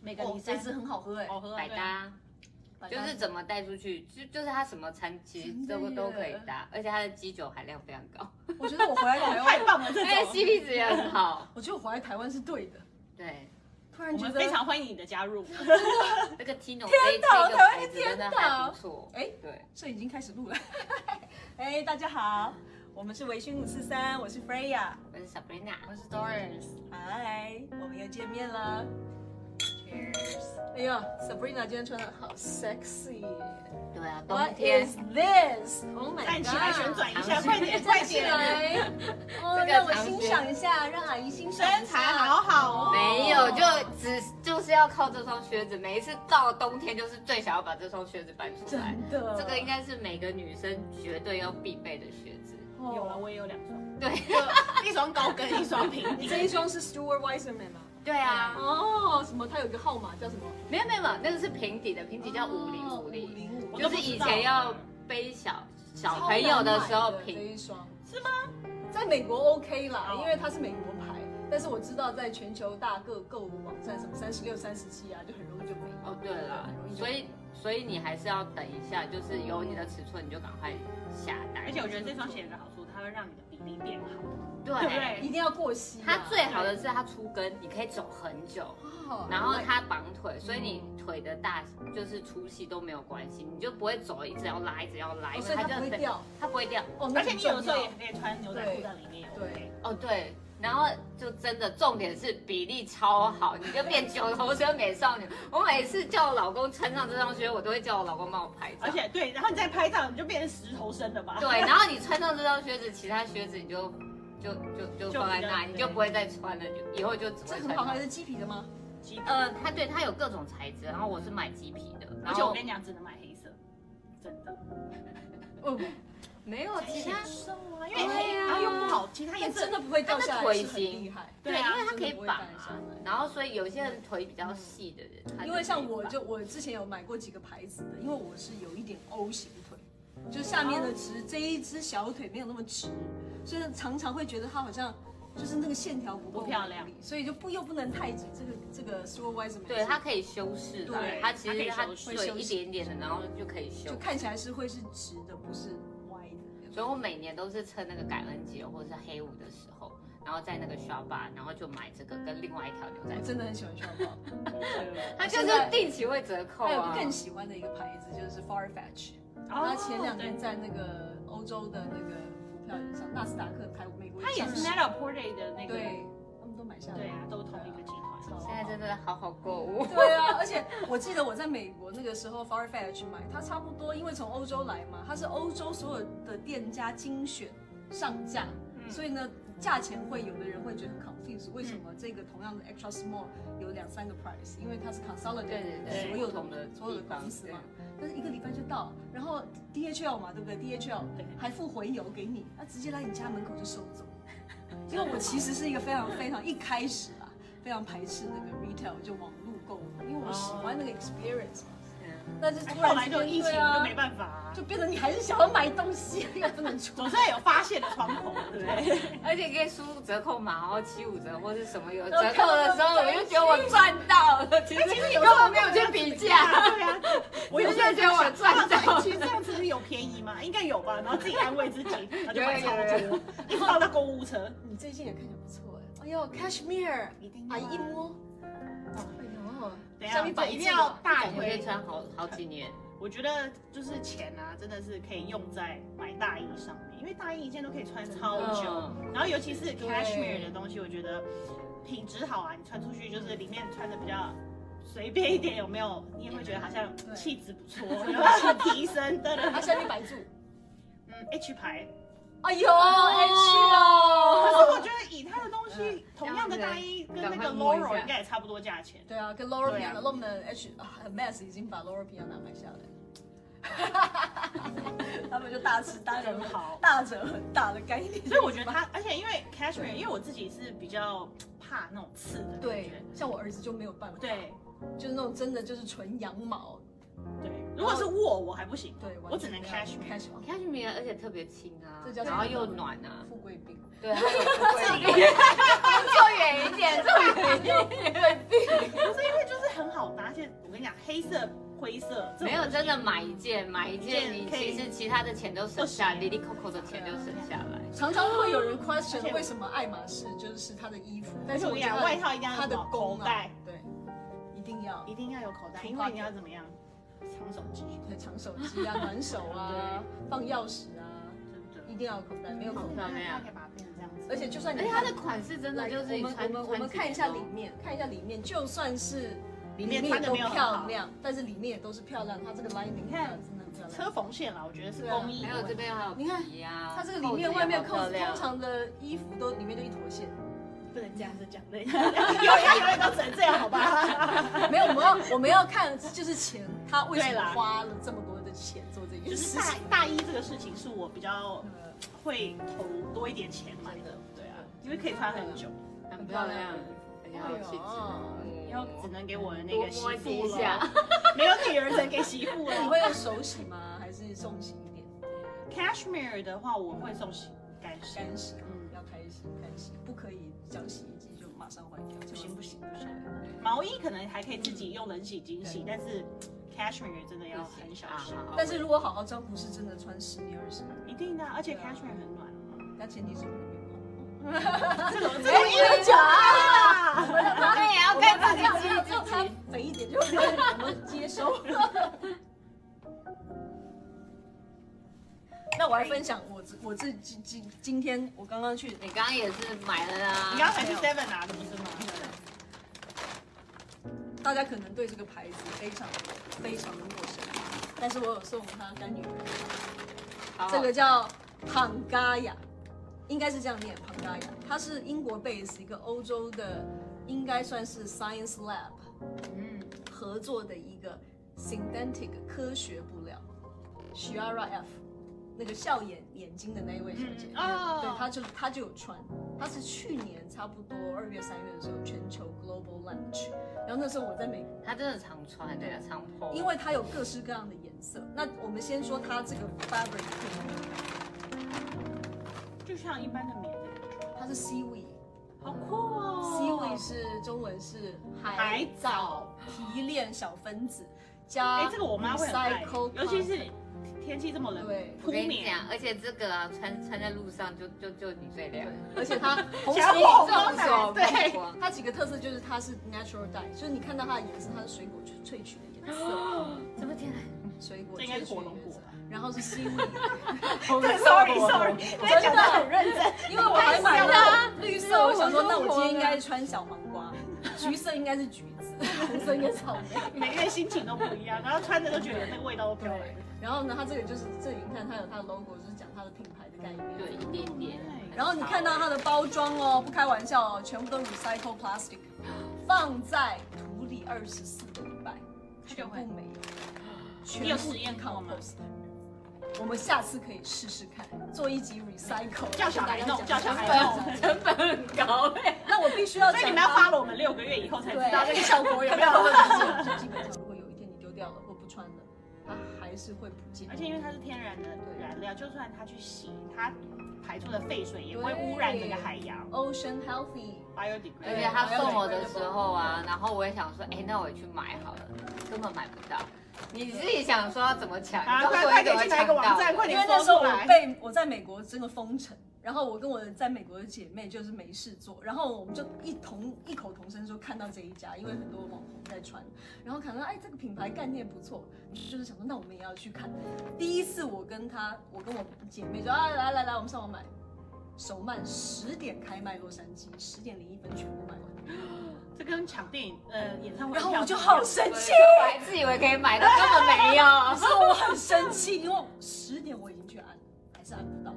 每个哦礼拜其实很好喝哎，好喝啊百对搭啊，就是怎么带出去，就就是它什么餐其实都真的耶都可以搭，而且它的基酒含量非常高， 我觉得我回来 台太湾，棒了，这而且种 CP 值也很好。我觉得我回来台湾是对的。对，突然我觉们得非常欢迎你的加入。这个 Tino 这堂台这个湾牌子天真的还堂不错。哎对，这已经开始录了。哎，大家好，我们是微醺五四三，我是 Freya，我是 Sabrina，我是 Doris，嗨，我们又见面了。 Cheers。哎呀，Sabrina 今天穿的好 sexy。对啊，冬 What 天 is this? Oh my god！哎站起来旋转一啊下，快点快站起 点，来。哦，这个让我长欣靴赏一下，让阿姨欣赏一身材下。好好哦。没有，就只就是要靠这双靴子。每一次到冬天，就是最想要把这双靴子搬出来。真的，这个应该是每个女生绝对要必备的靴子。哦有啊，我也有两双，对， 一双高跟，一双平你底。这一双是 Stuart Weiserman 吗？对啊，哦，什么？它有一个号码叫什么？没有没有没有，那个是平底的，平底叫五零五五零，零五我就都是不以知道前要背小小朋友的时候这平。一双是吗？在美国 OK 啦，哦因为它是美国牌。但是我知道，在全球大各购物网站，什么三十六、三十七啊，就很容易就没了。哦哦，对了很容易，就所以所以你还是要等一下，就是有你的尺寸你就赶快下单。而且我觉得这双鞋有个好处，它会让你的比例变好，对对不对一？定要过膝啊。它最好的是它粗跟，你可以走很久，哦然后它绑腿，所以你嗯腿的大就是粗细都没有关系，你就不会走一直要拉，一直要拉，哦因所为以它它就不会很掉。它不会掉。哦，那而且很你有重时候要也可以穿牛仔裤在里面也 OK。哦，对，然后就真的重点是比例超好，你就变九头身美少女。我每次叫我老公穿上这双靴，我都会叫我老公帮我拍照。而且对，然后你再拍照，你就变成石头身了吧？对，然后你穿上这双靴子，其他靴子你就就就就就放在比较那，你就不会再穿了，就以后就只这会很好穿看，。是鸡皮的吗？鸡皮。呃，它对它有各种材质，然后我是买鸡皮的，然而且我后跟你讲，只能买黑色，真的。嗯，没哦有其他瘦啊，因为黑对啊它又不好，其他它颜哎真色的不会掉下来，它的腿是很型厉害。对，对啊因为它可以真的不会绑带上啊来，然后所以有些人腿比较细的人，他因为像我可以就我之前有买过几个牌子的，因为我是有一点 O 型腿，就下面哦的直，这一只小腿没有那么直，所以常常会觉得它好像就是那个线条不够不漂亮完美，所以就不又不能太直。这个这个 s u r w i s e 绑对它可以修饰的对，它其它可实以它修饰对一点点的，然后就可以修就。看起来是会是直的，不是歪的。所以我每年都是趁那个感恩节或者是黑五的时候，然后在那个 shop 吧，然后就买这个跟另外一条牛仔我裤。真的很喜欢 s h o p 它就是定期会折扣还有啊。更喜欢的一个牌子就是 Farfetch，它哦，前两年对，在那个欧洲的那个股票上，纳斯达克台美国它也是上市 Nella Porte 的那个，对，他们都买下来。对啊，都同一个集团。现在真的好好购物。对啊，而且我记得我在美国那个时候，Farfetch 买它差不多，因为从欧洲来嘛，它是欧洲所有的店家精选上架，嗯所以呢，价钱会有的人会觉得很 confused，为嗯什么这个同样的 extra small 有两三个 price？因为它是 consolidated 对对对，所有不同的的所有的地方公司嘛，对但是一个礼拜就到，然后 DHL 嘛，对不对？DHL 对还付回邮给你，那直接来你家门口就收走。 因为我其实是一个非常非常一开始啊，非常排斥那个 retail 就网络购物，因为我喜欢那个 experience 嘛。嗯那就突后然来之间就疫情对啊啊就没办法啊，就变成你还是想要买东 西，又不能出总。是要有发泄的窗口，对不对？而且可以输入折扣码，然后七五折或是什么有然后折扣的时候，我就觉得我赚到了。其实根本没有去比价，对啊，我有直接觉得我赚到了啊其实这样子有便宜吗？应该有吧，然后自己安慰自己， 然后就买超有有多，一直到那购物车，你最近也看起来不错哎，哦哎呦，cashmere，一定啊阿姨一摸，哎等下面下摆这一定这个要大可以推。穿好好几年。我觉得就是钱啊，真的是可以用在买大衣上面，因为大衣一件都可以穿超久。嗯，然后尤其是对 cashmere 的东西，我觉得品质好啊，你穿出去就是里面穿的比较随便一点，有没有？你也会觉得好像对气质不 错，然后提升的。它下面摆 住，嗯，H 牌，哦哎呦，H 可哦。是我觉得以它的东嗯西，同样的大衣跟那赶快个摸一下 Loro 应该也差不多价钱。 对啊，跟 Laura 对啊 Piana、l o r a 的 H 啊 Mass 已经把 Laura Piana 买下来了， 他们就大吃大真好大折很大的概念。所以我觉得它，而且因为 cashmere，因为我自己是比较怕那种刺的感对觉。，像我儿子就没有办法，，对就是那种真的就是纯羊毛，对，如果是握我还不行，对，完我只全能没有 cashmere。 cashmere，你看去棉，而且特别轻啊这，叫然后又暖啊。富贵病。对，还有贵一点，坐远一点，坐远一点。不是因为就是很好且我跟你讲，黑色、灰色这种没有东西真的买一件，买一件，一件你可以其实其他的钱都省下， 20里里扣扣的钱就省下来。常常会有人而且 question 为什么爱马仕就是它的衣服，但而是且我我跟你觉讲，得外套一定要它的有口工啊袋，，对，一定要一定要有口袋， Full 因为你 pocket 要怎么样，长手继续，对长手 机啊、暖手啊、放钥匙啊，真一定要有口袋，没有口的，袋。上面啊可以把它变成这样子，而且就算而你且它看的款式真哎的就是我你们我穿们我们看一下里面，看一下里面，就算是里面穿也的都没有很漂好，嗯亮，但是里面也都是漂亮。它这个 lining 你看真的很漂亮。车缝线啦，我觉得是对啊工艺还，有这边还有你看皮啊，它这哦个里面外面扣扣子，通常的衣服都里面都一坨线。 不能这样子讲的，永远永远都只能这样，好吧？没有，我们要我们要看就是钱，他为什对么啦花了这么多的钱做这就是件事大情？大衣这个事情是我比较呃会投多一点钱买的，对啊，因为可以穿很久，很漂亮，很有气质。然后只能给我的那个多摸媳几妇下了，没有女儿只能给媳妇那你了。会用手洗吗？还是送洗一点？ Cashmere 的话，我会送洗干洗，干洗，啊嗯，要开洗，干洗，不可以讲洗衣机就马上坏掉，不不行不行不行。毛衣可能还可以自己用冷洗精洗，但是 Cashmere 真的要很小啊心，但是如果好好照顾，是真的穿十年二十年，一定的啊，而且对啊 Cashmere 很暖。但前提是我们没有。这种这种因为酒啊，他们也要我跟们把自己记它让自它己。肥一点，就可以我们接收。 那我还分享我自我自己今今今天我刚刚去你刚刚也是买了啊啦，你刚才去 Seven 拿的不是吗？大家可能对这个牌子非常非常的陌生，但是我有送他干女儿，好好这个叫庞嘎雅，应该是这样念庞嘎雅，它是英国 base 一个欧洲的，应该算是 science lab 嗯合作的一个 synthetic 科学布料，Shiara F 那个笑眼眼睛的那一位小姐，嗯哦对，她就她就有穿，她是去年差不多二月三月的时候全球 global launch，然后那时候我在美国。他真的常穿对啊，常 PO。因为它有各式各样的颜色。那我们先说它这个 fabric，就像一般的棉的感觉，它是 seaweed，seaweed、好酷哦 seaweed 是中文是海海藻藻提炼小分子哎、加这个我妈会很爱 recycle，尤其是天气这么冷，对铺我跟你棉，讲，而且这个啊，穿穿在路上就就就你最凉，而 且它同时想要火众所对不光。它几个特色就是它是 natural dye，就是你看到它的颜色，它是水果萃萃取的颜色， 这么天啊然，水果这萃应该是取的颜火龙果色吧。然后是 seaweed，对，sorry sorry，我真讲的的很认真， 因为我还买了绿 因为色，我我想说那我今天应中国该的穿小黄瓜， 橘色应该是橘子，红色应该是草莓。 每个人心情都不一样，然后穿着都觉得那个味道都飘来对。，然后呢，它这个就是这里你看它有它的 logo，就是讲它的品牌的概念。对，一点点。 然后你看到它的包装哦，不开玩笑哦，全部都 recycle plastic，放在土里二十四个礼拜，它全就部会没有，你有全部实验过吗 compost。我们下次可以试试看，做一集 recycle，叫小孩弄跟叫大家讲小孩讲弄成本很高欸哎、那我必须要所讲，以你们要发了我们六个月以后才知对道这个效果 有没有。基本上如果有一天你丢掉了或不穿了，它还是会不见而。且因为它是天然的燃料，就算它去洗，它排出的废水也会对污染整个海洋。 Ocean healthy。 Biodegrade，而且他送我的时候啊，然后我也想说，哎、那我也去买好了，根本买不到。你自己想说要怎么抢？啊，告诉快我快你点怎么去哪一个抢网到站，的？快因点为那时说候出我来。被我在美国真的封城，然后我跟我在美国的姐妹就是没事做，然后我们就一同异口同声说看到这一家，因为很多网红在穿，然后看到哎这个品牌概念不错，就是想说那我们也要去看。第一次我跟她，我跟我姐妹说啊来来来，我们上网买。首曼十点开卖洛杉矶，十点零一分全部卖完，这跟抢电影、呃演唱会然后票我就一样好生气，我还自以为可以买到，根本没有。 你知道我很生气，因为十点我已经去按，还是按不到。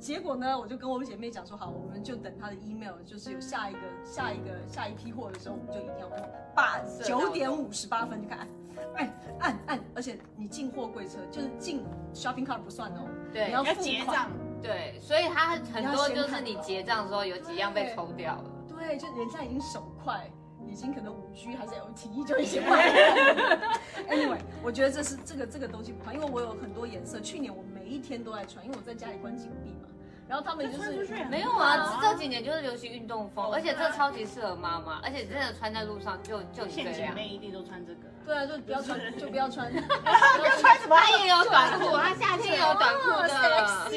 结果呢，我就跟我姐妹讲说，好，我们就等她的 email，就是有下一个、下一个、下一批货的时候，我们就一定要按。八九点五十八分就开按，按按按，而且你进货柜车就是进 shopping cart 不算哦，你对要要付结款账。，对，所以他很多就是你结账的时候有几样被抽掉了。对，就人家已经手快，已经可能五 G 还是 LTE 就已经 坏了。anyway，我觉得这是这个这个东西不好，因为我有很多颜色，去年我每一天都在穿，因为我在家里关紧闭嘛，然后他们就这穿是出去啊没有啊，这几年就是流行运动风，哦而且对这啊超级适合妈妈，而且真的穿在路上就就你陷这啊阱样。妹一定都穿这个。对啊，就不要穿，就不要穿。哎不要穿什 么？她也有短裤，她夏天也有短裤的。啊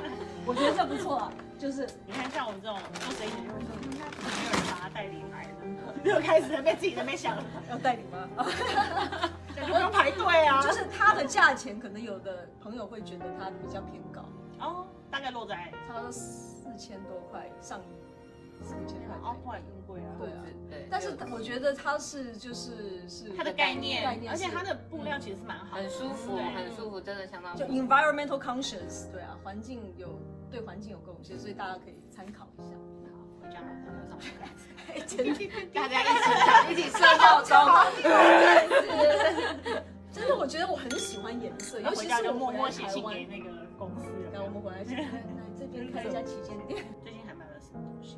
我觉得这不错啊，就是你看，像我们这种做生意的，就会说嗯那怎么没有人把他带领来呢？又开始在被自己在那边想，要带你吗？啊就不用排队啊。就是它的价钱，可能有的朋友会觉得它比较偏高，哦，大概落在差不多四千多块上衣，四五千块哦，不台币然更贵啊。对啊对但是我觉得它是就是是它的概念，概念而是且它的布料其实是蛮好的，很舒服，对很舒服，真的相当舒就服。 environmental conscious，对啊，环境有对环境有贡献，所以大家可以参考一下。哎好回家马上就上去看。大家一起想，一起设闹钟。啊 真的，我觉得我很喜欢颜色，然尤后回其家是就我默默回写来台信湾给。那个公司。然后我们回来想，哎来这边开一家旗舰店，最近还买了什么东西？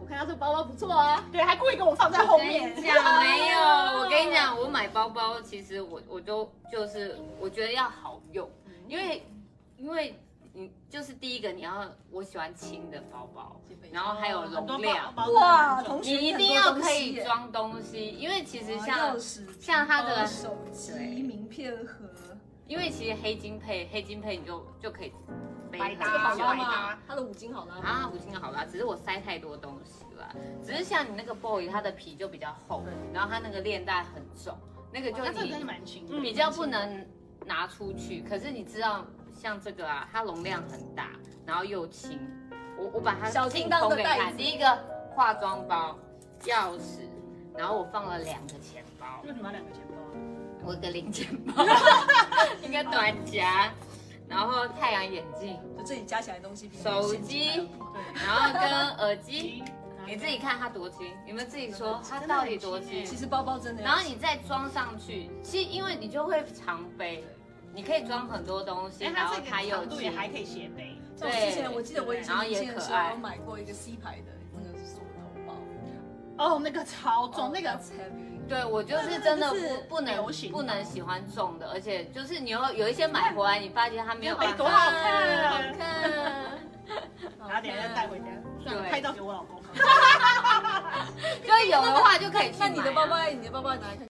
我看到这包包不错啊，对，还故意给我放在后面我。跟你 讲没有，我跟你讲，我买包包其实我我都就是我觉得要好用，因为因为你就是第一个你要我喜欢轻的包包，然后还有很多包容量，包哇，同同你学一定要可以装东西，因为其很实多东西耶，哇像啊钥匙、像它的包手机、对名片盒，因为其实黑金配黑金配你就就可以背百很搭这个好久拉百搭吗？它的五金好拉吗？啊，五金好啦，只是我塞太多东西了。只是像你那个 boy，它的皮就比较厚，然后它那个链带很重，那哦个就那这个真的你蛮轻嗯的。比较不能拿出去。可是你知道，像这个啊，它容量很大，然后又轻。我我把它小进叮当空的给袋看，子第一个化妆包、钥匙，然后我放了两个钱包，为什么要两个钱包啊？我一个零钱 包，一个短夹，然后太阳眼镜，就这里加起来的东西比手机现金还要对，多然后跟耳机。一嗯你自己看它多轻，你们自己说它到底多轻。其实包包真的要，然后你再装上去，其实因为你就会常背，你可以装很多东西，哎，然它后这个它又长度也轻。还可以斜背。像我之前我记得我以对前然后也年轻的时可爱候买过一个 C 牌的那个锁头包，哦哦，那个超重，那个 That's heavy，对我就是真的对对对就是不不能流行的不能喜欢重的，而且就是你有有一些买回来，你发觉它没有哎办多好法。看啊好看，然后等一嗯下再带回家，算了，对拍照给我老公。 就有的话就可以去买啊。啊那啊你的包包，你的包包拿来看